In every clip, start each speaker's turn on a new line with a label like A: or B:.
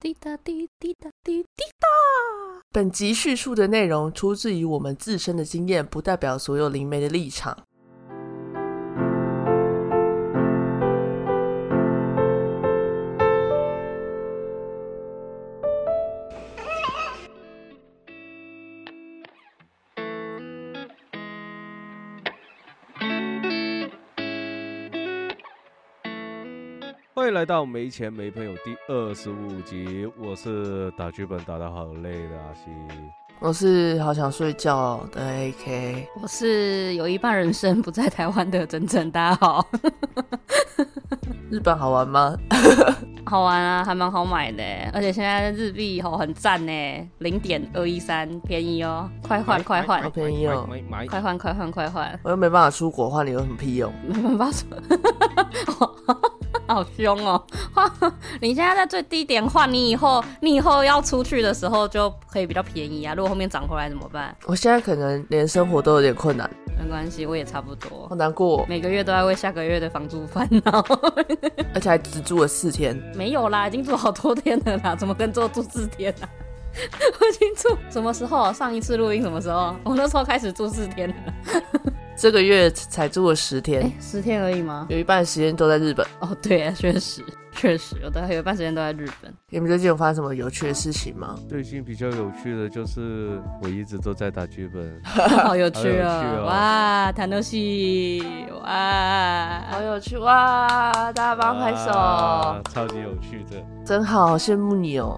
A: 滴答滴滴答滴滴
B: 本集叙述的内容出自于我们自身的经验，不代表所有灵媒的立场。
C: 欢迎来到没钱没朋友第二十五集，我是打剧本打得好累的阿西。
B: 我是好想睡觉的 AK，
A: 我是有一半人生不在台湾的整整，大家好，
B: 日本好玩吗？
A: 好玩啊，还蛮好买的，而且现在日币吼很赞呢，零点二一三，便宜哦，快换快换，
B: 好便宜哦
C: 买买
A: 快换快换快换，
B: 我又没办法出国，换你有什么屁用？
A: 没办法 说，好凶哦， 你现在在最低点换，你以后你以后要出去的时候就可以比较便宜啊，如果后面涨回来怎么办？
B: 我现在可能连生活都有点困难，
A: 没关系，我也差不多
B: 好。难过 哦，
A: 每个月都在为下个月的房租烦恼，
B: 而且还只住了四天。
A: 没有啦，已经住好多天了啦， 怎么跟做住四天啊？ 我已经住什么时候啊？上一次录音什么时候？我那时候开始住四天了，
B: 这个月才住了十
A: 哎、
B: 天，
A: 十天而已吗？
B: 有一半时间都在日本。
A: 哦，对、啊，确实确实，我大概有一半时间都在日本。
B: 你们最近有发生什么有趣的事情吗？
C: 最近比较有趣的就是我一直都在打剧 本，
A: 好有趣哦！
C: 好有趣哦
A: 哇，弹游戏，哇，
B: 有趣哇！大家帮拍
C: 啊，超级有趣的。
B: 真好，好羡慕你哦。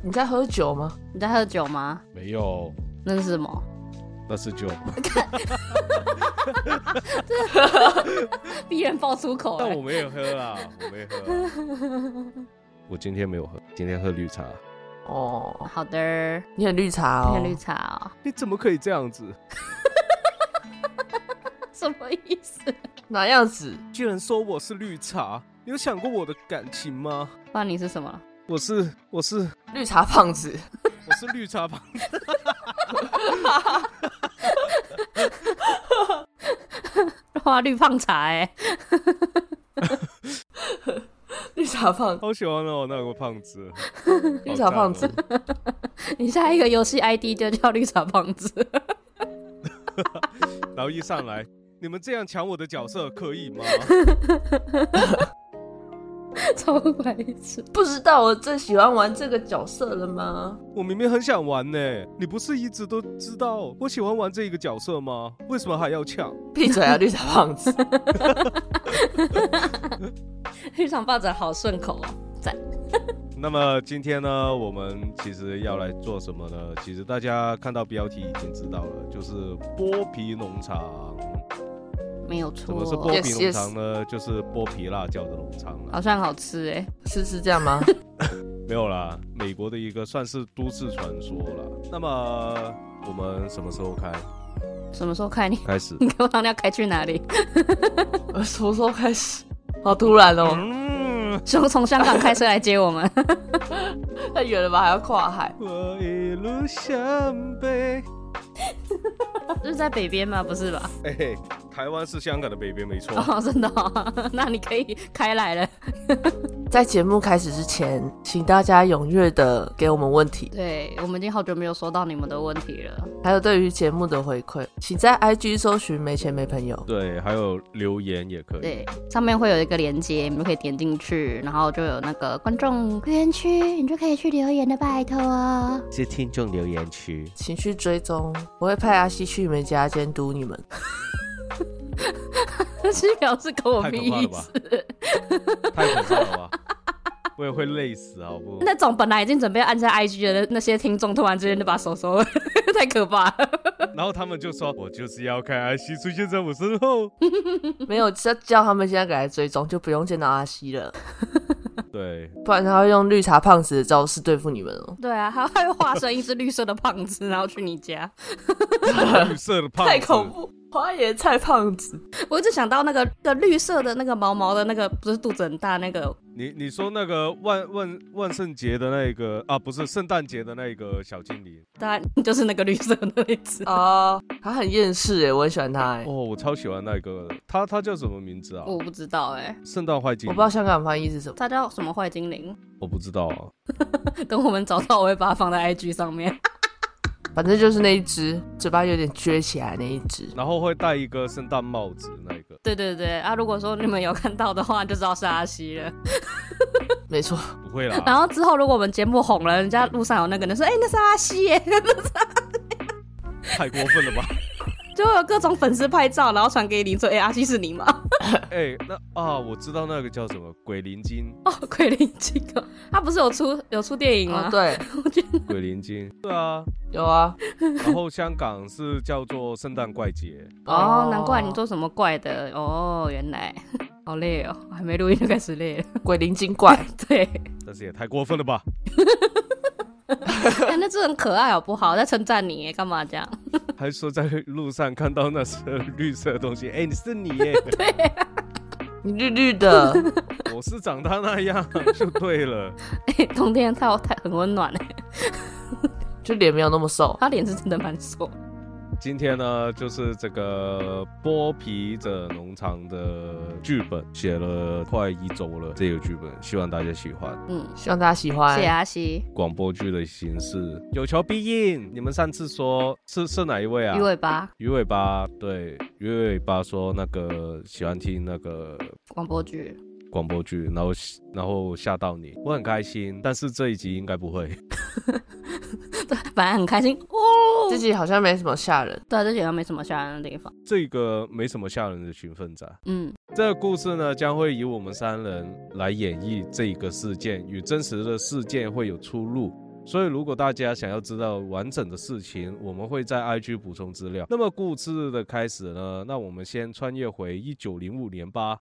B: 你在喝酒吗？
A: 你在喝酒吗？
C: 没有，
A: 那是什么？
C: 那是酒，
A: 必然爆粗口、
C: 但
A: 欸
C: 我。没有喝啊，我没喝啊、我今天没有喝，今天喝绿茶。
B: 哦，
A: 好的，
B: 你很绿茶
A: 你
B: 哦。
A: 看绿茶、哦，
C: 你怎么可以这样子？
A: 什么意思？
B: 哪样子？
C: 居然说我是绿茶，你有想过我的感情吗？
A: 不然你是什么？
C: 我是我是
B: 绿茶胖子。
C: 我是绿茶吧？
A: 哇，绿胖茶哎、
B: 绿茶胖，
C: 好喜欢哦，那有个胖子，
B: 绿茶胖子
C: 好，哦
A: 你下一个游戏 ID 就叫绿茶胖子，
C: 赞哦。然后一上来，你们这样抢我的角色可以吗？
A: 超白 痴。
B: 不知道我最喜欢玩这个角色了吗？
C: 我明明很想玩呢，你不是一直都知道我喜欢玩这一个角色吗？为什么还要抢？
B: 闭 嘴啊，绿茶胖子！
A: 绿茶霸掌好顺口啊，赞。
C: 那么今天呢，我们其实要来做什么呢？其实大家看到标题已经知道了，就是剥皮农场。
A: 没有
C: 什
A: 错
C: 么，是剥皮
B: Yes,
C: 农场呢？就是剥皮辣椒的农场啦
A: 好。像好吃哎、
B: 是是这样吗？
C: 没有啦，美国的一个算是都市传说了。那么我们什么时候开
A: 什么时候开你？
C: 开始？
A: 你给我糖尿开去哪里？
B: 我什么时候开始？好突然哦，
C: 嗯，
A: 就从香港开车来接我 们。
B: 太远了吧，还要跨海？
C: 我一路向北。
A: 就是在北边吗？不是吧？
C: 哎、嘿，台湾是香港的北边，没错。
A: 哦，真的、哦， 那你可以开来了。
B: 在节目开始之前，请大家踊跃的给我们问题，
A: 对我们已经好久没有收到你们的问题了。
B: 还有对于节目的回馈，请在 IG 搜寻“没钱没朋友
C: 对，还有留言也可以。
A: 对，上面会有一个连接，你们可以点进去，然后就有那个观众留言区，你就可以去留言的，拜托哦。
C: 是听众留言区”，。
B: 请去追踪，我会派阿西去你们家监督你们。
A: 这表示跟我
C: 太可
A: 屁
C: 怕了
A: 意
C: 吧
A: 思。
C: 太可怕了吧！我也会累死，好不？
A: 那种本来已经准备按下 IG 的那那些听众，突然之间就把手 收了，太可怕了。
C: 然后他们就说：“我就是要看阿西出现在我身后。
B: 没有，叫叫他们现在给来追踪，就不用见到阿西了，”
C: 对，
B: 不然他会用绿茶胖子的招式对付你们哦。
A: 对啊，还还会化身一只绿色的胖子，然后去你家。
C: 绿色的胖 子，
B: 太恐怖！花椰菜胖子，
A: 我一直想到那个那个绿色的那个毛毛的那个，不是肚子很大那个，
C: 你你说那个万万万圣节的那个啊，不是圣诞节的那个小精灵
A: 当然就是那个绿色的那只。
B: 哦，他很厌世哎，我很喜欢他哎，
C: 哦，我超喜欢那个的，他他叫什么名字啊？
A: 我不知道哎、
C: 圣诞坏精
B: 我不
C: 灵
B: 知，道香港翻译是什么。
A: 它叫什么坏精灵？
C: 我不知道啊。
A: 等我们找到，我会把它放在 IG 上面。
B: 反正就是那一只，嘴巴有点撅起来那一只。
C: 然后会戴一个圣诞帽子那个。
A: 对对对啊，如果说你们有看到的话，就知道是阿西了。
B: 没 错，
C: 不会 啦，
A: 然后之后，如果我们节目红了，人家路上有那个人说：“哎、那是阿西耶！”
C: 太过分了吧？
A: 就会有各种粉丝拍照，然后传给你说：“哎、阿西是你吗？”
C: 哎、那啊，我知道那个叫什么鬼灵精，
A: 哦，鬼灵精哦，他不是有出有出电影吗？
B: 哦对，
C: 鬼灵精，对啊。
B: 有啊，
C: 然后香港是叫做圣诞怪节，
A: 哦，难怪你做什么怪的哦，原来 好累哦，还没录音就开始累了。
B: 鬼灵精怪，
A: 对，
C: 但是也太过分了吧？
A: 哎、那只很可爱好不好？在称赞你耶，干嘛这样？
C: 还说在路上看到那是绿色的东西，哎、你是你 耶，
B: 你绿绿 的，
C: 我是长他那样就对了。
A: 哎、冬天太太很温暖哎，
B: 就脸没有那么瘦。
A: 他脸是真的蛮瘦。
C: 今天呢，就是这个剥皮者农场的剧本写了快一周了，这个剧本希望大家喜欢。
A: 嗯，
B: 希望大家喜欢
A: 谢谢。阿西，
C: 广播剧的形式，有求必应。你们上次说是是哪一位啊
A: 鱼？尾巴
C: 鱼尾巴，对，鱼尾巴说那个喜欢听那个
A: 广播剧，
C: 广播剧，然后然后吓到你，我很开心，但是这一集应该不会。
A: 对，反正很开心哦。
B: 自己好像没什么吓人，
A: 对，这几个没什么吓人的地方。
C: 这个没什么吓人的群分啊仔，
A: 嗯，
C: 这个故事呢将会以我们三人来演绎这一个事件，与真实的事件会有出入。所以，如果大家想要知道完整的事情，我们会在 IG 补充资料。那么，故事的开始呢？那我们先穿越回一九零五年吧。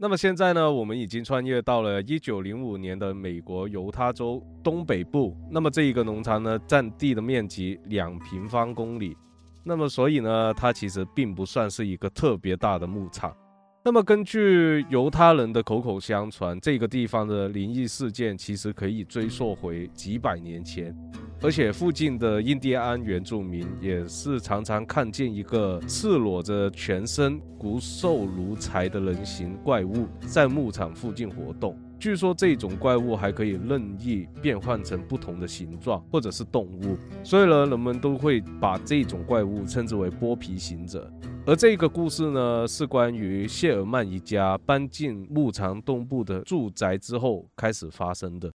C: 那么现在呢，我们已经穿越到了一九零五年的美国犹他州东北部。那么这一个农场呢，占地的面积两平方公里。那么所以呢，它其实并不算是一个特别大的牧场。那么根据犹他人的口口相传，这个地方的灵异事件其实可以追溯回几百年前，而且附近的印第安原住民也是常常看见一个赤裸着全身、骨瘦如柴的人形怪物在牧场附近活动。据说这种怪物还可以任意变换成不同的形状或者是动物，所以呢，人们都会把这种怪物称之为剥皮行者。而这个故事呢，是关于谢尔曼一家搬进牧场东部的住宅之后开始发生的。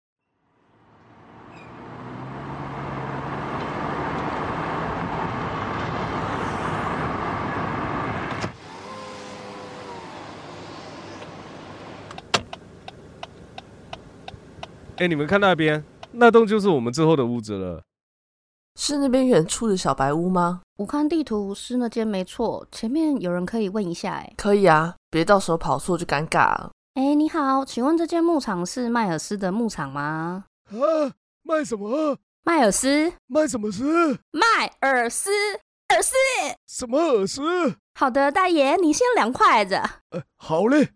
C: 哎，你们看那边，那栋就是我们之后的屋子了。
B: 是那边远处的小白屋吗？
A: 我看地图是那间没错，前面有人可以问一下哎、
B: 可以啊，别到时候跑错就尴尬了。
A: 哎、你好，请问这间牧场是迈尔斯的牧场吗？
C: 啊，卖什么？
A: 迈尔斯，
C: 卖什么诗？
A: 迈尔斯，尔斯。
C: 什么耳饰？
A: 好的，大爷，你先两筷子。
C: 呃，好嘞。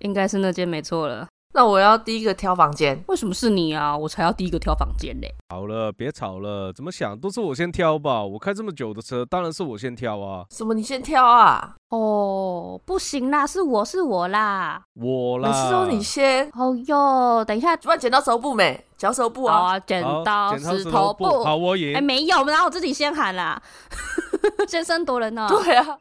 A: 应该是那间没错了。
B: 那我要第一个挑房间，
A: 为什么是你啊？我才要第一个挑房间嘞。
C: 好了，别吵了。怎么想都是我先挑吧。我开这么久的车，当然是我先挑啊。
B: 什么你先挑啊？
A: 哦，不行啦，是我是我啦。
C: 我
B: 每
C: 啦，
B: 次都你先，
A: 哦哟，等一下，
B: 主办剪刀石头布没？脚手布
A: 好
B: 啊，
A: 啊，剪
C: 好
A: 刀
C: 剪刀
A: 石
C: 石头
A: 头布。
C: 好，我赢。
A: 哎，没有，然后我自己先喊啦。 先生多人 呢、
B: 对啊，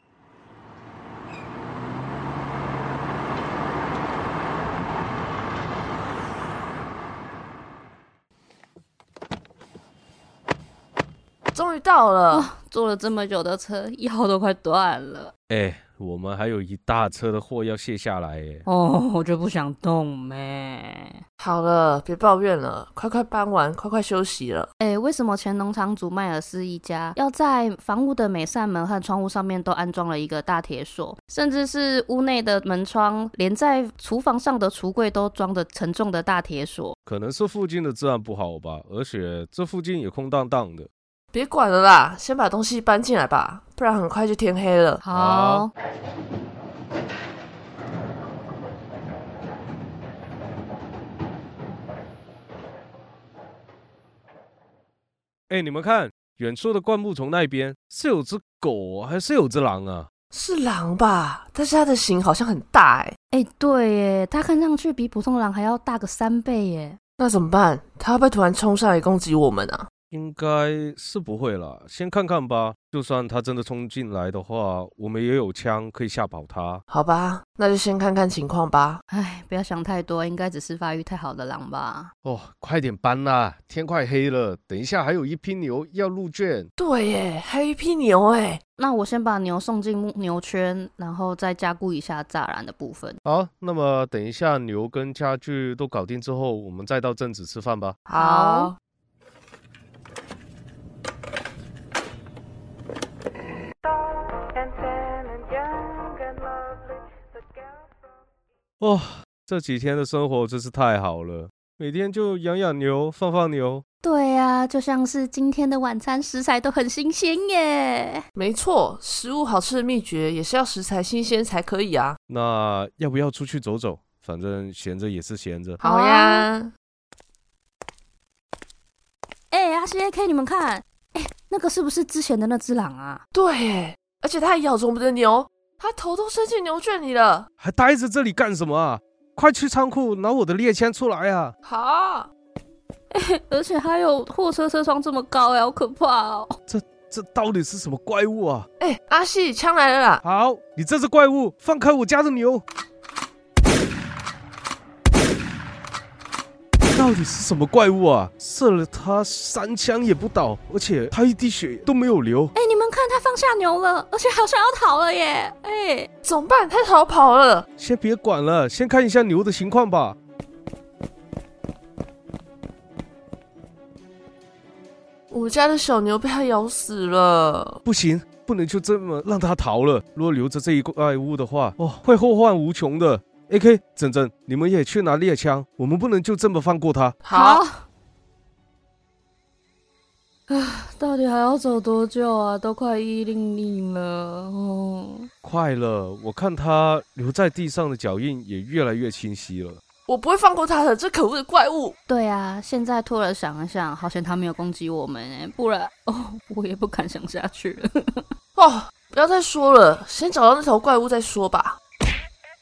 B: 终于到了，
A: 坐了这么久的车，腰都快断了。
C: 哎，我们还有一大车的货要卸下来哎。
A: 哦，我就不想动咩。
B: 好了，别抱怨了，快快搬完，快快休息了。
A: 哎、为什么前农场主迈尔斯一家要在房屋的每扇门和窗户上面都安装了一个大铁锁，甚至是屋内的门窗，连在厨房上的橱柜都装着沉重的大铁锁？
C: 可能是附近的治安不好吧，而且这附近也空荡荡的。
B: 别管了啦，先把东西搬进来吧，不然很快就天黑了。
A: 好，
C: 哎，你们看远处的灌木丛那边是有只狗还是有只狼啊？
B: 是狼吧？但是它的型好像很大哎、
A: 哎、对耶，它看上去比普通狼还要大个三倍耶。
B: 那怎么办？它会不会突然冲上来攻击我们啊？
C: 应该是不会啦，先看看吧。就算它真的冲进来的话，我们也有枪可以吓跑它。
B: 好吧，那就先看看情况吧。
A: 哎，不要想太多，应该只是发育太好的狼吧。
C: 哦，快点搬啦，天快黑了，等一下还有一批牛要入圈。
B: 对耶，还有一批牛哎，
A: 那我先把牛送进牧牛圈，然后再加固一下栅栏的部分。
C: 好，那么等一下牛跟家具都搞定之后，我们再到镇子吃饭吧。
A: 好，
D: and thin and young and lovely. The gal from
C: 哇、这几天的生活真是太好了，每天就养养牛、放放牛。
A: 对呀、就像是今天的晚餐食材都很新鲜耶。
B: 没错，食物好吃的秘诀也是要食材新鲜才可以啊。
C: 那要不要出去走走？反正闲着也是闲着。
A: 好
B: 啊
A: 呀，哎、阿西 A K，你们看，哎、那个是不是之前的那只狼啊？
B: 对耶，而且它还咬着我们的牛，它头都伸进牛圈里了。
C: 还待着这里干什么啊？快去仓库拿我的猎枪出来啊！
B: 好，
A: 而且还有货车车窗这么高、哎，好可怕哦！
C: 这到底是什么怪物啊？
B: 哎，阿细，枪来了啦！
C: 好，你这只怪物，放开我家的牛！到底是什么怪物啊？射了它三枪也不倒，而且它一滴血都没有流。
A: 哎、你们看，它放下牛了，而且好像要逃了耶！哎、
B: 怎么办？它逃跑了。
C: 先别管了，先看一下牛的情况吧。
B: 我们家的小牛被它咬死了。
C: 不行，不能就这么让它逃了。如果留着这一怪物的话，哦，会后患无穷的。A K，珍珍，你们也去拿猎枪，我们不能就这么放过它。
A: 好。到底还要走多久啊？都快一零零了哦。
C: 快了，我看它留在地上的脚印也越来越清晰了。
B: 我不会放过它的，这可恶的怪物！
A: 对啊，现在突然想一想，好险他没有攻击我们哎，不然哦，我也不敢想下去了。
B: 哦，不要再说了，先找到那头怪物再说吧。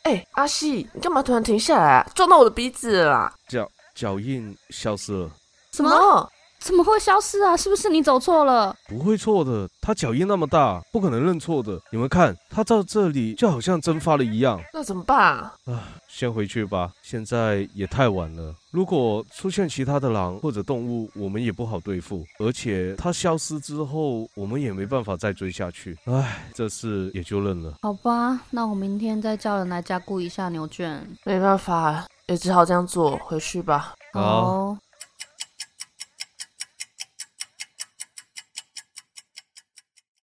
B: 哎，阿细，你干嘛突然停下来、啊？撞到我的鼻子了啦！
C: 脚脚印消失了，
A: 什么 怎么会消失啊？是不是你走错了？
C: 不会错的，它脚印那么大，不可能认错的。你们看，它到这里就好像蒸发了一样。
B: 那怎么办、啊？
C: 先回去吧，现在也太晚了。如果出现其他的狼或者动物，我们也不好对付。而且它消失之后，我们也没办法再追下去。唉，这事也就认了。
A: 好吧，那我明天再叫人来加固一下牛圈。
B: 没办法，也只好这样做，回去吧。
C: 好
A: 哦，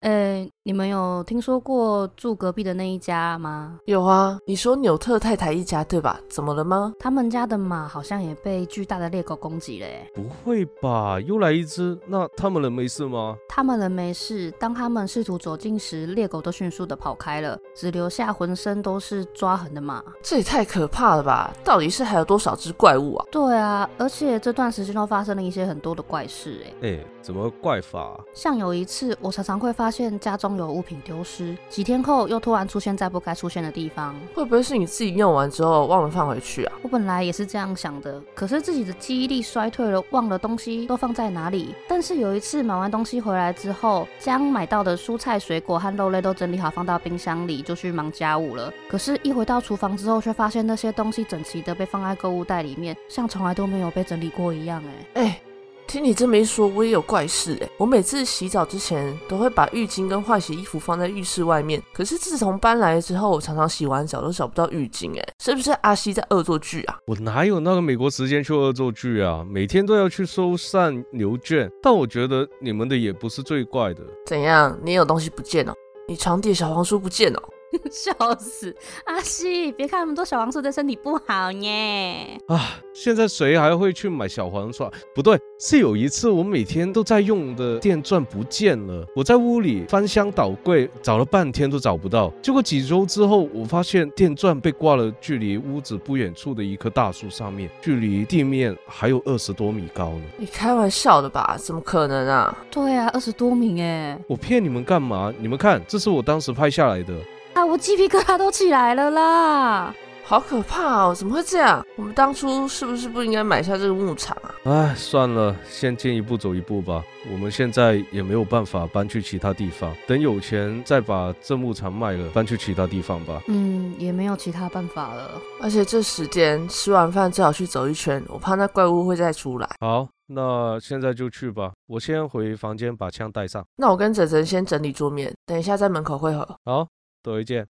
A: 呃，你们有听说过住隔壁的那一家吗？
B: 有啊，你说纽特太太一家对吧？怎么了吗？
A: 他们家的马好像也被巨大的猎狗攻击了耶。
C: 不会吧？又来一只？那他们人没事吗？
A: 他们人没事，当他们试图走近时，猎狗都迅速的跑开了，只留下浑身都是抓痕的马。
B: 这也太可怕了吧！到底是还有多少只怪物啊？
A: 对啊，而且这段时间都发生了一些很多的怪事、欸，
C: 哎，怎么怪法？
A: 像有一次，我常常会发现家中有物品丢失，几天后又突然出现在不该出现的地方。
B: 会不会是你自己用完之后忘了放回去啊？
A: 我本来也是这样想的，可是自己的记忆力衰退了，忘了东西都放在哪里。但是有一次买完东西回来之后，将买到的蔬菜、水果和肉类都整理好放到冰箱里，就去忙家务了。可是，一回到厨房之后，却发现那些东西整齐的被放在购物袋里面，像从来都没有被整理过一样、欸。哎，
B: 哎、听你这么一说，我也有怪事哎、我每次洗澡之前都会把浴巾跟换洗衣服放在浴室外面，可是自从搬来之后，我常常洗完澡都找不到浴巾哎、是不是阿西在恶作剧啊？
C: 我哪有那个美国时间去恶作剧啊？每天都要去收散牛圈，但我觉得你们的也不是最怪的。
B: 怎样？你有东西不见哦？你床底的小黄书不见哦？
A: 笑死！阿西，别看那么多小黄书对身体不好耶。
C: 啊，现在谁还会去买小黄刷？不对，是有一次我每天都在用的电钻不见了，我在屋里翻箱倒柜找了半天都找不到，结果几周之后，我发现电钻被挂了，距离屋子不远处的一棵大树上面，距离地面还有二十多米高呢。
B: 你开玩笑的吧？怎么可能啊？
A: 对啊，二十多名哎，
C: 我骗你们干嘛？你们看，这是我当时拍下来的。
A: 啊，我鸡皮疙瘩都起来了啦。
B: 好可怕哦！怎么会这样？我们当初是不是不应该买下这个牧场啊？
C: 唉，算了，先进一步走一步吧。我们现在也没有办法搬去其他地方，等有钱再把这牧场卖了，搬去其他地方吧。
A: 嗯，也没有其他办法了。
B: 而且这时间吃完饭最好去走一圈，我怕那怪物会再出来。
C: 好，那现在就去吧。我先回房间把枪带上。
B: 那我跟哲哲先整理桌面，等一下在门口会合。
C: 好，等一见。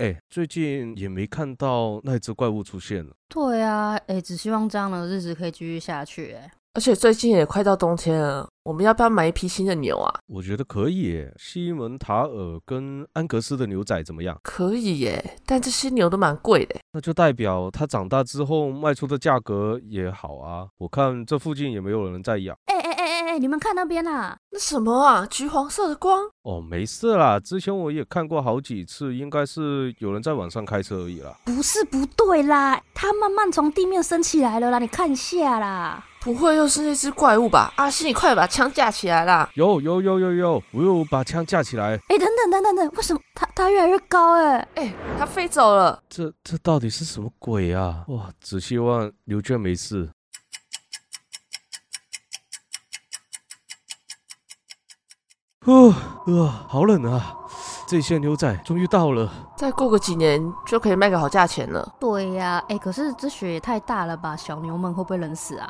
C: 哎，最近也没看到那只怪物出现了。
A: 对啊，哎、只希望这样的日子可以继续下去、哎，
B: 而且最近也快到冬天了，我们要不要买一批新的牛啊？
C: 我觉得可以耶，西门塔尔跟安格斯的牛仔怎么样？
B: 可以耶，但这些牛都蛮贵的。
C: 那就代表它长大之后卖出的价格也好啊。我看这附近也没有人在养。
A: 哎哎哎哎哎，你们看那边啊！
B: 那什么啊，橘黄色的光？
C: 哦，没事啦，之前我也看过好几次，应该是有人在晚上开车而已啦。
A: 不是不对啦，它慢慢从地面升起来了啦，你看一下啦。
B: 不会又是那只怪物吧？阿西，你快把枪架起来啦！
C: 有有有有有，我又把枪架起来，
A: 哎、等等等等等，为什么它它越来越高、哎，
B: 哎，它飞走了。
C: 这这到底是什么鬼啊？哇，只希望刘娟没事。呼，呃，好冷啊！这些牛仔终于到了，
B: 再过个几年就可以卖个好价钱了。
A: 对呀、哎、可是这雪也太大了吧，小牛们会不会冷死啊？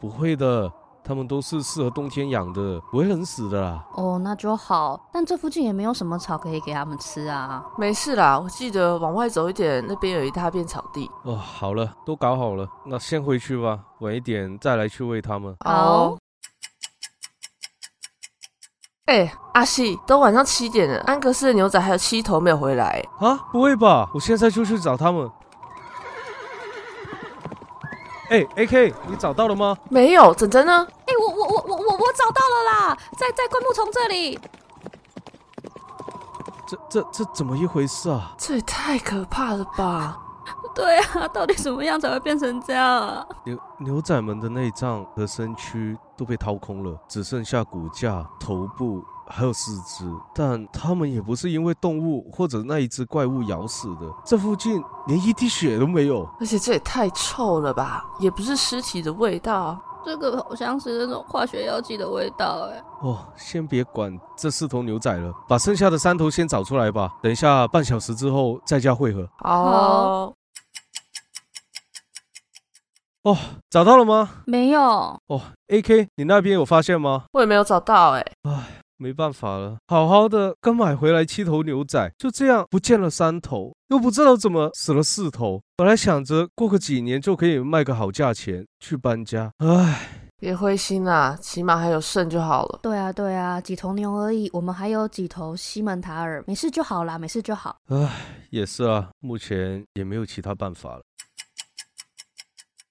C: 不会的，他们都是适合冬天养的，不会冷死的啦。
A: 哦，那就好，但这附近也没有什么草可以给它们吃啊。
B: 没事啦，我记得往外走一点，那边有一大片草地。
C: 哦，好了，都搞好了，那先回去吧，晚一点再来去喂它们。
A: 好。
B: 哎、阿西，都晚上七点了，安格斯的牛仔还有七头没有回来。
C: 啊，不会吧？我现在就去找他们。哎，AK，你找到了吗？
B: 没有，整整呢？
A: 哎、我我我我我我找到了啦，在在灌木丛这里。
C: 这这这怎么一回事啊？
B: 这也太可怕了吧！
A: 对啊，到底什么样才会变成这样啊？
C: 牛牛仔们的内脏和身躯都被掏空了，只剩下骨架、头部还有四肢。但他们也不是因为动物或者那一只怪物咬死的，这附近连一滴血都没有。
B: 而且这也太臭了吧，也不是尸体的味道。
A: 这个好像是那种化学药剂的味道、哎，
C: 哦，先别管这四头牛仔了，把剩下的三头先找出来吧。等一下半小时之后再加汇合。
A: 好，
C: 哦，找到了吗？
A: 没有。
C: 哦，AK，你那边有发现吗？
B: 我也没有找到哎、
C: 没办法了，好好的刚买回来七头牛仔，就这样不见了三头，又不知道怎么死了四头。本来想着过个几年就可以卖个好价钱去搬家，唉，
B: 别灰心啦，起码还有肾就好了。
A: 对啊，对啊，几头牛而已，我们还有几头西门塔尔，没事就好啦，没事就好。
C: 也是啊，目前也没有其他办法了。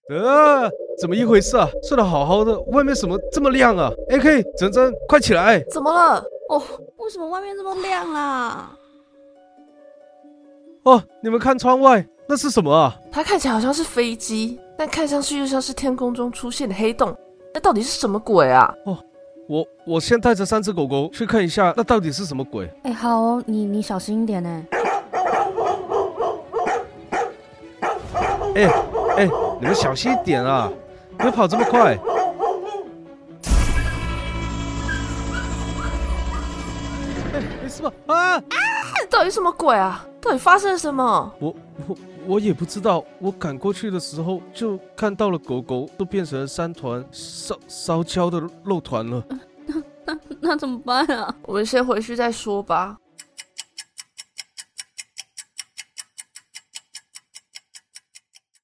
C: 呃，怎么一回事啊？睡得好好的，外面怎么这么亮啊？AK，珍珍，快起来！
B: 怎么了？
A: 哦，为什么外面这么亮啦？
C: 哦，你们看窗外，那是什么啊？
B: 它看起来好像是飞机，但看上去又像是天空中出现的黑洞。那到底是什么鬼啊？
C: 我我先带着三只狗狗去看一下，那到底是什么鬼？
A: 哎、好哦，你你小心一点呢。
C: 哎哎，你们小心一点啊！别跑这么快。哎，没事吧？啊！
B: 到底什么鬼啊？到底发生了什么？
C: 我我我也不知道，我赶过去的时候就看到了狗狗都变成了三团烧烧焦的肉团了。
A: 那那怎么办啊？
B: 我们先回去再说吧。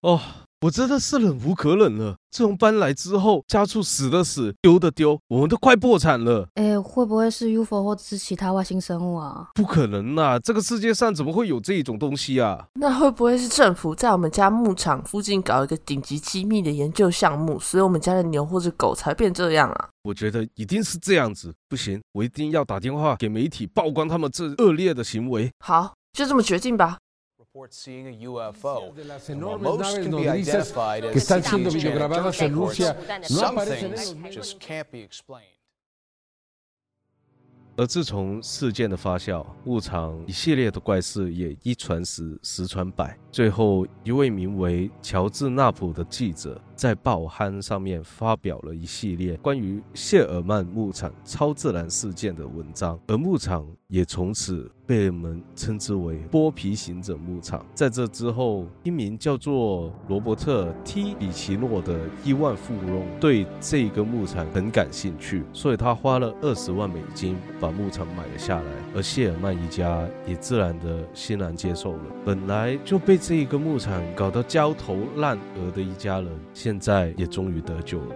C: 哦，我真的是忍无可忍了。自从搬来之后，家畜死的死，丢的丢，我们都快破产了。
A: 哎、会不会是 UFO 或者是其他外星生物啊？
C: 不可能呐、这个世界上怎么会有这种东西啊？
B: 那会不会是政府在我们家牧场附近搞一个顶级机密的研究项目，所以我们家的牛或者狗才变这样啊？
C: 我觉得一定是这样子。不行，我一定要打电话给媒体曝光他们这恶劣的行为。
B: 好，就这么决定吧。
E: reports seeing a UFO. And while
F: enormes
E: most
F: naves
E: can be
F: nodrizas
E: identified
F: que
E: as
F: están siendo
E: Janet
F: videograbadas
E: Jones
F: en Rusia
E: reports,
F: no
E: some
F: aparecen en
E: things
F: los
E: just can't be explained.
C: 而自从事件的发酵，牧场一系列的怪事也一传十，十传百。最后，一位名为乔治纳普的记者在报刊上面发表了一系列关于谢尔曼牧场超自然事件的文章，而牧场也从此被人们称之为“剥皮行者牧场”。在这之后，一名叫做罗伯特 ·T· 比奇诺的亿万富翁对这个牧场很感兴趣，所以他花了二十万美金把牧场买了下来，而谢尔曼一家也自然的欣然接受了。本来就被这一个牧场搞得焦头烂额的一家人，现在也终于得救了。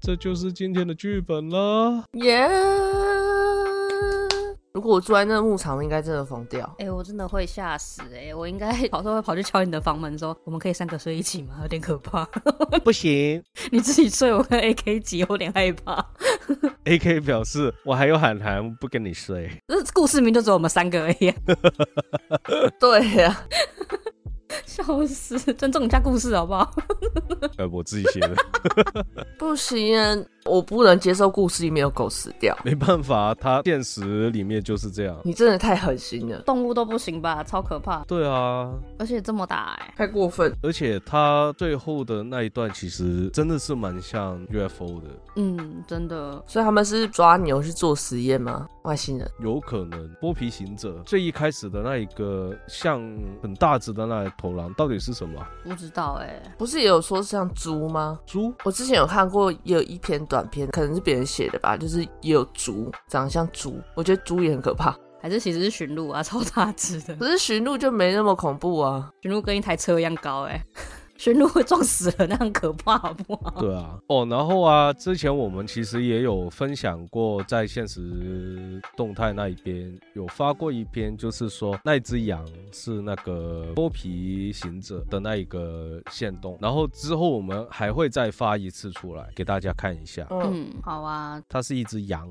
C: 这就是今天的剧本啦。
B: 耶、如果我住在那个牧场，我应该真的疯掉。
A: 哎、我真的会吓死哎、我应该 跑到会跑去敲你的房门说，我们可以三个睡一起吗？有点可怕。
C: 不行
A: 你自己睡，我跟 AK 挤，有点害怕。
C: ，AK 表示我还有喊涵，不跟你睡。
A: 这故事名就只有我们三个而已、啊，
B: 对呀、
A: 笑死！尊重一下故事好不好？
C: 呃，我自己写的，
B: 不行啊，我不能接受故事里面有狗死掉。
C: 没办法，啊他现实里面就是这样。
B: 你真的太狠心了，
A: 动物都不行吧，超可怕，
C: 对啊，
A: 而且这么大哎、
B: 太过分。
C: 而且他最后的那一段其实真的是蛮像 UFO 的，
A: 嗯，真的，
B: 所以他们是抓牛去做实验吗？外星人？
C: 有可能剥皮行者最一开始的那一个像很大只的那头狼到底是什么啊？
A: 不知道哎、
B: 不是也有说像猪吗？
C: 猪？
B: 我之前有看过，也有一篇短片，可能是别人写的吧，就是也有猪，长得像猪，我觉得猪也很可怕。
A: 还是其实是驯鹿啊，超大只的，
B: 可是驯鹿就没那么恐怖啊。
A: 驯鹿跟一台车一样高哎、 驯鹿会撞死人，那很可怕好不好？
C: 对啊，哦，然后啊，之前我们其实也有分享过，在现实动态那一边有发过一篇，就是说那只羊是那个剥皮行者的那一个线动，然后之后我们还会再发一次出来给大家看一下，
B: 嗯，
A: 嗯，好啊，
C: 它是一只羊。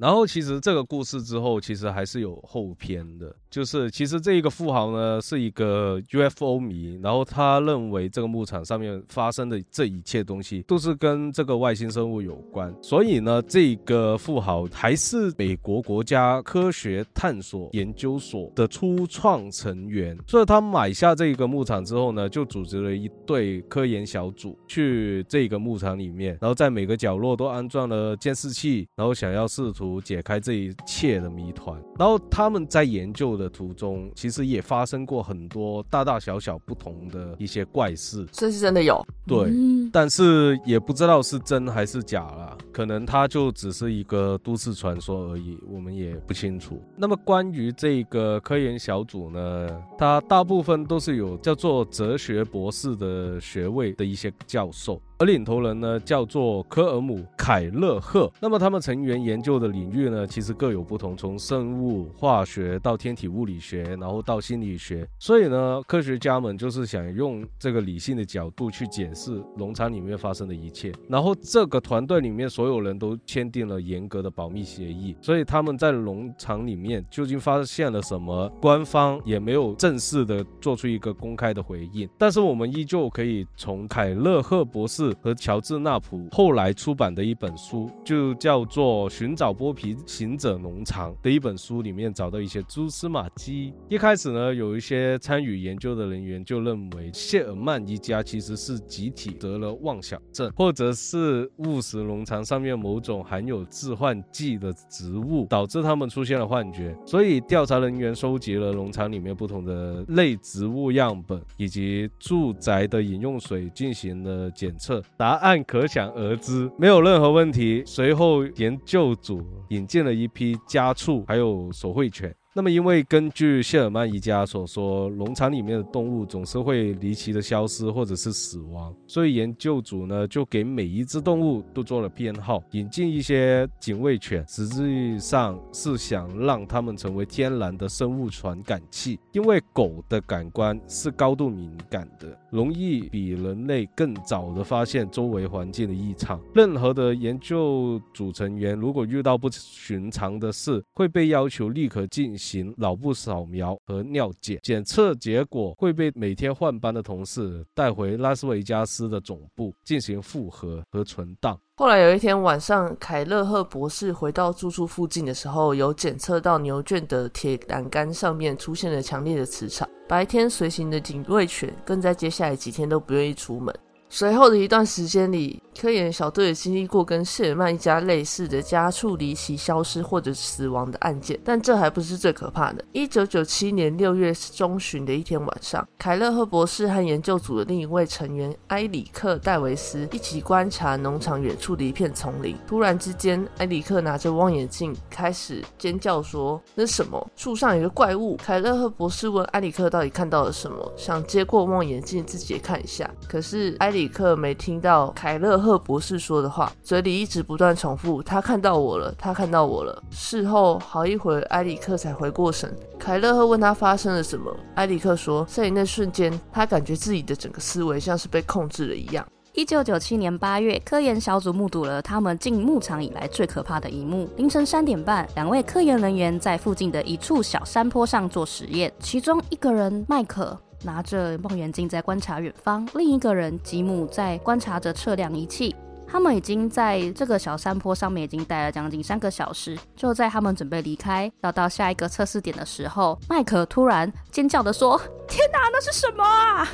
C: 然后其实这个故事之后，其实还是有后篇的，就是其实这一个富豪呢是一个 UFO 迷，然后他认为这个牧场上面发生的这一切东西都是跟这个外星生物有关，所以呢，这个富豪还是美国国家科学探索研究所的初创成员，所以他买下这个牧场之后呢，就组织了一队科研小组去这个牧场里面，然后在每个角落都安装了监视器，然后想要试图解开这一切的谜团。然后他们在研究的途中，其实也发生过很多大大小小不同的一些怪事，
B: 所以是真的有。
C: 对。
A: 嗯
C: 但是也不知道是真还是假啦，可能它就只是一个都市传说而已，我们也不清楚。那么关于这个科研小组呢，它大部分都是有叫做哲学博士的学位的一些教授。而领头人呢叫做科尔姆凯勒赫。那么他们成员研究的领域呢，其实各有不同，从生物化学到天体物理学，然后到心理学。所以呢，科学家们就是想用这个理性的角度去解释农场里面发生的一切。然后这个团队里面所有人都签订了严格的保密协议，所以他们在农场里面究竟发现了什么，官方也没有正式的做出一个公开的回应。但是我们依旧可以从凯勒赫博士和乔治纳普后来出版的一本书，就叫做《寻找剥皮行者农场》的一本书里面找到一些蛛丝马迹。一开始呢，有一些参与研究的人员就认为谢尔曼一家其实是集体得了妄想症，或者是误食农场上面某种含有致幻剂的植物，导致他们出现了幻觉。所以调查人员收集了农场里面不同的类植物样本以及住宅的饮用水进行了检测，答案可想而知，没有任何问题。随后研究组引进了一批家畜，还有手绘犬。那么，因为根据谢尔曼一家所说，农场里面的动物总是会离奇的消失或者是死亡，所以研究组呢就给每一只动物都做了编号，引进一些警卫犬，实际上是想让它们成为天然的生物传感器，因为狗的感官是高度敏感的，容易比人类更早的发现周围环境的异常。任何的研究组成员如果遇到不寻常的事，会被要求立刻进行脑部扫描和尿检，检测结果会被每天换班的同事带回拉斯维加斯的总部进行复核和存档。
B: 后来有一天晚上，凯勒赫博士回到住处附近的时候，有检测到牛圈的铁栏杆上面出现了强烈的磁场。白天随行的警卫犬更在接下来几天都不愿意出门。随后的一段时间里，科研小队也经历过跟谢尔曼一家类似的家畜离奇消失或者死亡的案件，但这还不是最可怕的。一九九七年六月中旬的一天晚上，凯勒赫博士和研究组的另一位成员埃里克·戴维斯一起观察农场远处的一片丛林。突然之间，埃里克拿着望远镜开始尖叫说：“那是什么？树上有个怪物！”凯勒赫博士问埃里克到底看到了什么，想接过望远镜自己也看一下，可是埃里克没听到凯勒赫博士说的话，嘴里一直不断重复：“他看到我了，他看到我了。”事后好一会儿，埃里克才回过神。凯勒赫问他发生了什么，埃里克说，在那瞬间，他感觉自己的整个思维像是被控制了一样。
A: 一九九七年八月，科研小组目睹了他们进牧场以来最可怕的一幕。凌晨三点半，两位科研人员在附近的一处小山坡上做实验，其中一个人麦克。拿着望远镜在观察远方，另一个人吉姆在观察着测量仪器。他们已经在这个小山坡上面已经待了将近三个小时。就在他们准备离开，要到下一个测试点的时候，麦克突然尖叫地说：“天哪，那是什么啊！”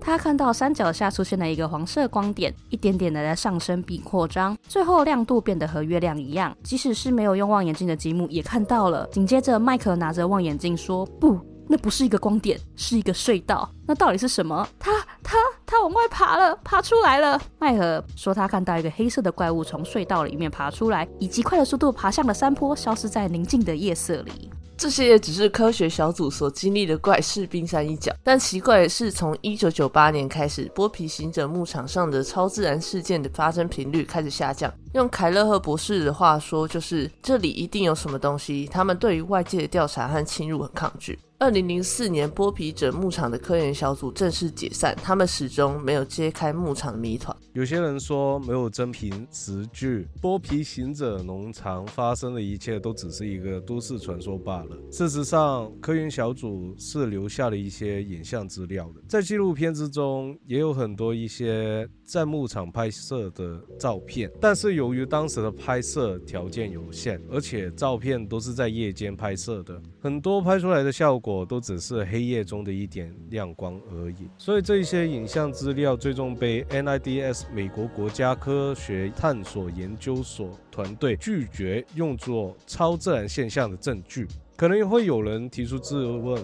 A: 他看到山脚下出现了一个黄色光点，一点点的在上升并扩张，最后亮度变得和月亮一样。即使是没有用望远镜的吉姆也看到了。紧接着，迈克拿着望远镜说：“不，那不是一个光点，是一个隧道。那到底是什么？他他他往外爬了，爬出来了。”迈克说他看到一个黑色的怪物从隧道里面爬出来，以极快的速度爬向了山坡，消失在宁静的夜色里。
B: 这些也只是科学小组所经历的怪事冰山一角。但奇怪的是，从一九九八年开始，剥皮行者牧场上的超自然事件的发生频率开始下降。用凯勒赫博士的话说，就是这里一定有什么东西。他们对于外界的调查和侵入很抗拒。二零零四年，剥皮者牧场的科研小组正式解散，他们始终没有揭开牧场的谜团。
C: 有些人说没有真凭实据，剥皮行者农场发生的一切都只是一个都市传说罢了。事实上，科研小组是留下了一些影像资料的，在纪录片之中也有很多一些在牧场拍摄的照片，但是由于当时的拍摄条件有限，而且照片都是在夜间拍摄的，很多拍出来的效果都只是黑夜中的一点亮光而已。所以这一些影像资料最终被 NIDS 美国国家科学探索研究所团队拒绝用作超自然现象的证据。可能会有人提出质问：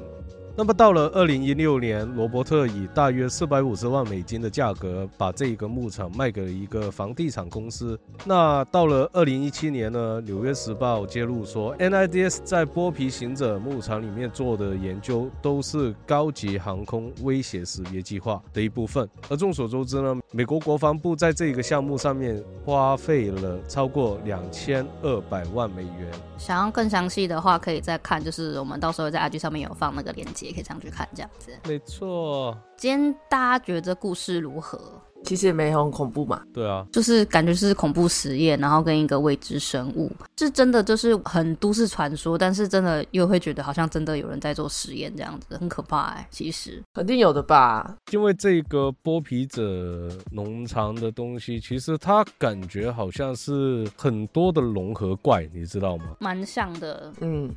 C: 那么到了二零一六年，罗伯特以大约四百五十万美金的价格把这个牧场卖给了一个房地产公司。那到了二零一七年呢，《纽约时报》揭露说，NIDS 在剥皮行者牧场里面做的研究都是高级航空威胁识别计划的一部分。而众所周知呢，美国国防部在这个项目上面花费了超过两千二百万美元。
A: 想要更详细的话，可以再看，就是我们到时候在 IG 上面有放那个链接，可以上去看这样子。
C: 没错，
A: 今天大家觉得故事如何？
B: 其实也没很恐怖嘛。
C: 对啊，
A: 就是感觉是恐怖实验，然后跟一个未知生物，是真的就是很都市传说，但是真的又会觉得好像真的有人在做实验这样子，很可怕哎、其实
B: 肯定有的吧？
C: 因为这个剥皮者农场的东西，其实它感觉好像是很多的融合怪，你知道吗？
A: 蛮像的。
B: 嗯，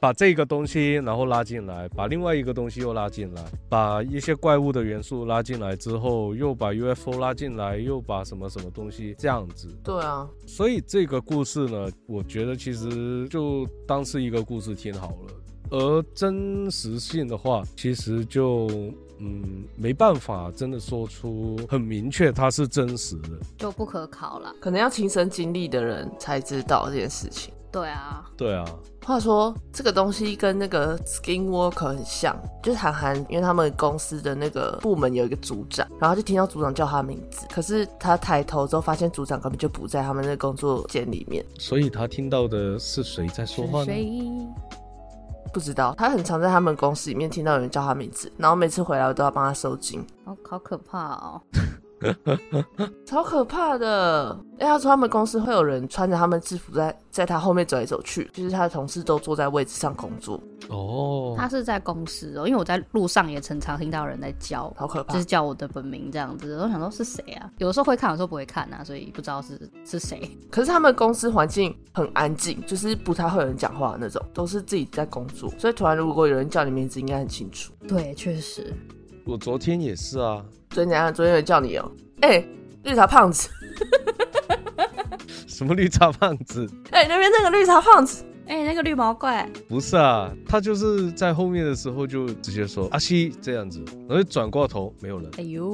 C: 把这个东西然后拉进来，把另外一个东西又拉进来，把一些怪物的元素拉进来之后，又把 UFO 拉进来，又把什么什么东西这样子。
B: 对啊，
C: 所以这个故事呢，我觉得其实就当是一个故事听好了。而真实性的话，其实就嗯没办法真的说出很明确它是真实的。
A: 就不可考了，
B: 可能要亲身经历的人才知道这件事情。
A: 对啊，
C: 对啊，
B: 话说，这个东西跟那个 Skinwalker 很像，就是韩寒，因为他们公司的那个部门有一个组长，然后就听到组长叫他名字，可是他抬头之后发现组长根本就不在他们那个工作间里面，
C: 所以他听到的是谁在说话呢？
A: 哦
B: 不知道他很常在他们公司里面听到有人叫他名字，然后每次回来我都要帮他收金，
A: 好好可怕哦！
B: 超可怕的。哎，他说他们公司会有人穿着他们制服在在他后面走来走去，就是他的同事都坐在位置上工作，
C: 哦，
A: 他是在公司哦，因为我在路上也常常听到有人在叫，
B: 好可怕
A: 就是。叫我的本名这样子，我想说是谁啊？有时候会看，有时候不会看啊，所以不知道是是谁。
B: 可是他们公司环境很安静，就是不太会有人讲话的那种，都是自己在工作，所以突然如果有人叫你名字，应该很清楚。
A: 对，确实，
C: 我昨天也是啊，
B: 昨天怎样？昨天有人叫你哦，哎、绿茶胖子，
C: 什么绿茶胖子？
B: 哎、那边那个绿茶胖子，
A: 哎、那个绿毛怪，
C: 不是啊，他就是在后面的时候就直接说阿西这样子，然后就转过头没有人。
A: 哎呦，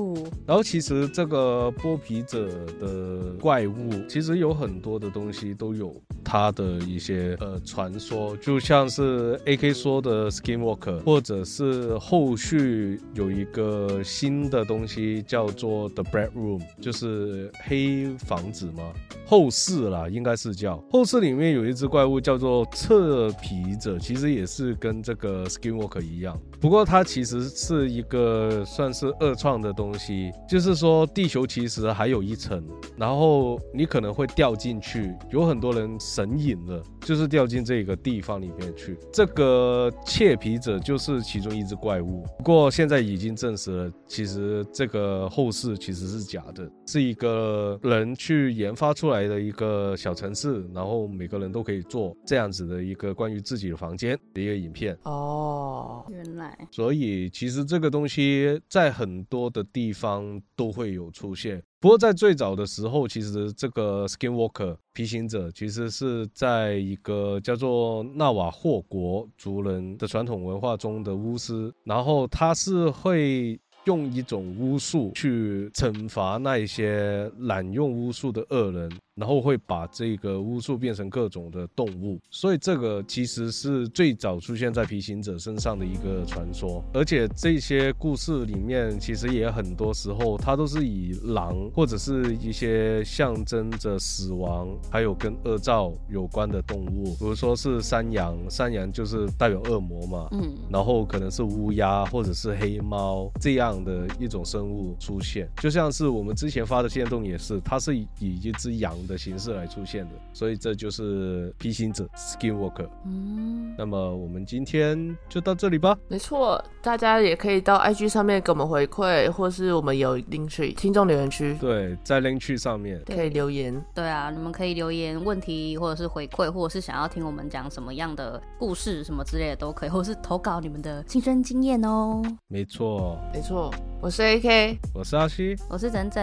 C: 然后其实这个剥皮者的怪物，其实有很多的东西都有它的一些呃传说，就像是 A K 说的 Skinwalker，或者是后续有一个新的东西叫做 The Black Room，就是黑房子吗？后世啦，应该是叫后世里面有一只怪物叫做侧皮者，其实也是跟这个 Skinwalker 一样，不过它其实是一个算是二创的东西，就是说地球其实还有一层，然后你可能会掉进去，有很多人神隐了，就是掉进这个地方里面去。这个切皮者就是其中一只怪物，不过现在已经证实了，其实这个后世其实是假的，是一个人去研发出来的一个小城市，然后每个人都可以做这样子的一个关于自己的房间的一个影片。
B: 哦，
A: 原来
C: 所以其实这个东西在很多的地方都会有出现。不过在最早的时候，其实这个 Skinwalker 皮行者其实是在一个叫做纳瓦霍国族人的传统文化中的巫师，然后他是会。用一种巫术去惩罚那一些滥用巫术的恶人，然后会把这个巫术变成各种的动物，所以这个其实是最早出现在皮行者身上的一个传说。而且这些故事里面，其实也很多时候它都是以狼或者是一些象征着死亡，还有跟恶兆有关的动物，比如说是山羊，山羊就是代表恶魔嘛，
A: 嗯，
C: 然后可能是乌鸦或者是黑猫这样的一种生物出现，就像是我们之前发的线动也是，它是以一只羊的形式来出现的，所以这就是披星者 （Skinwalker）。
A: 嗯，
C: 那么我们今天就到这里吧。
B: 没错，大家也可以到 IG 上面给我们回馈，或是我们有领取听众留言区
C: 对，在 link 去上面，
A: 对
B: 可以留言。
A: 对啊，你们可以留言问题，或者是回馈，或者是想要听我们讲什么样的故事，什么之类的都可以，或者是投稿你们的亲身经验哦。
C: 没错。
B: 没错，我是 AK，
C: 我是阿西，
A: 我是整整，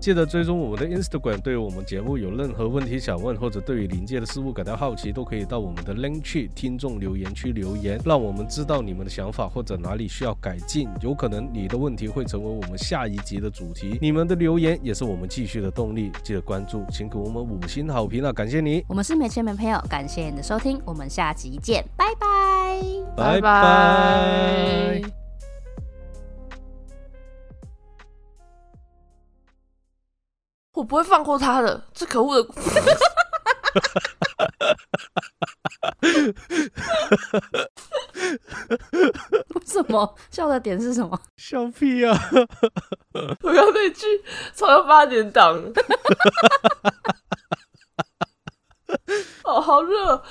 C: 记得追踪我们的 Instagram。对我们节目有任何问题想问，或者对于临界的事物感到好奇，都可以到我们的 link 去听众留言区留言，让我们知道你们的想法或者哪里需要改进。有可能你的问题会成为我们下一集的主题，你们的留言也是我们继续的动力。记得关注，请给我们五星好评啊！感谢你，
A: 我们是没钱没朋友，感谢你的收听，我们下集见，拜 拜。
C: 拜拜
B: 我不会放过他的，这可恶的。
A: 为什么笑的点是什么？
C: 笑屁啊！
B: 我刚那句超到八点 档，哦，好热，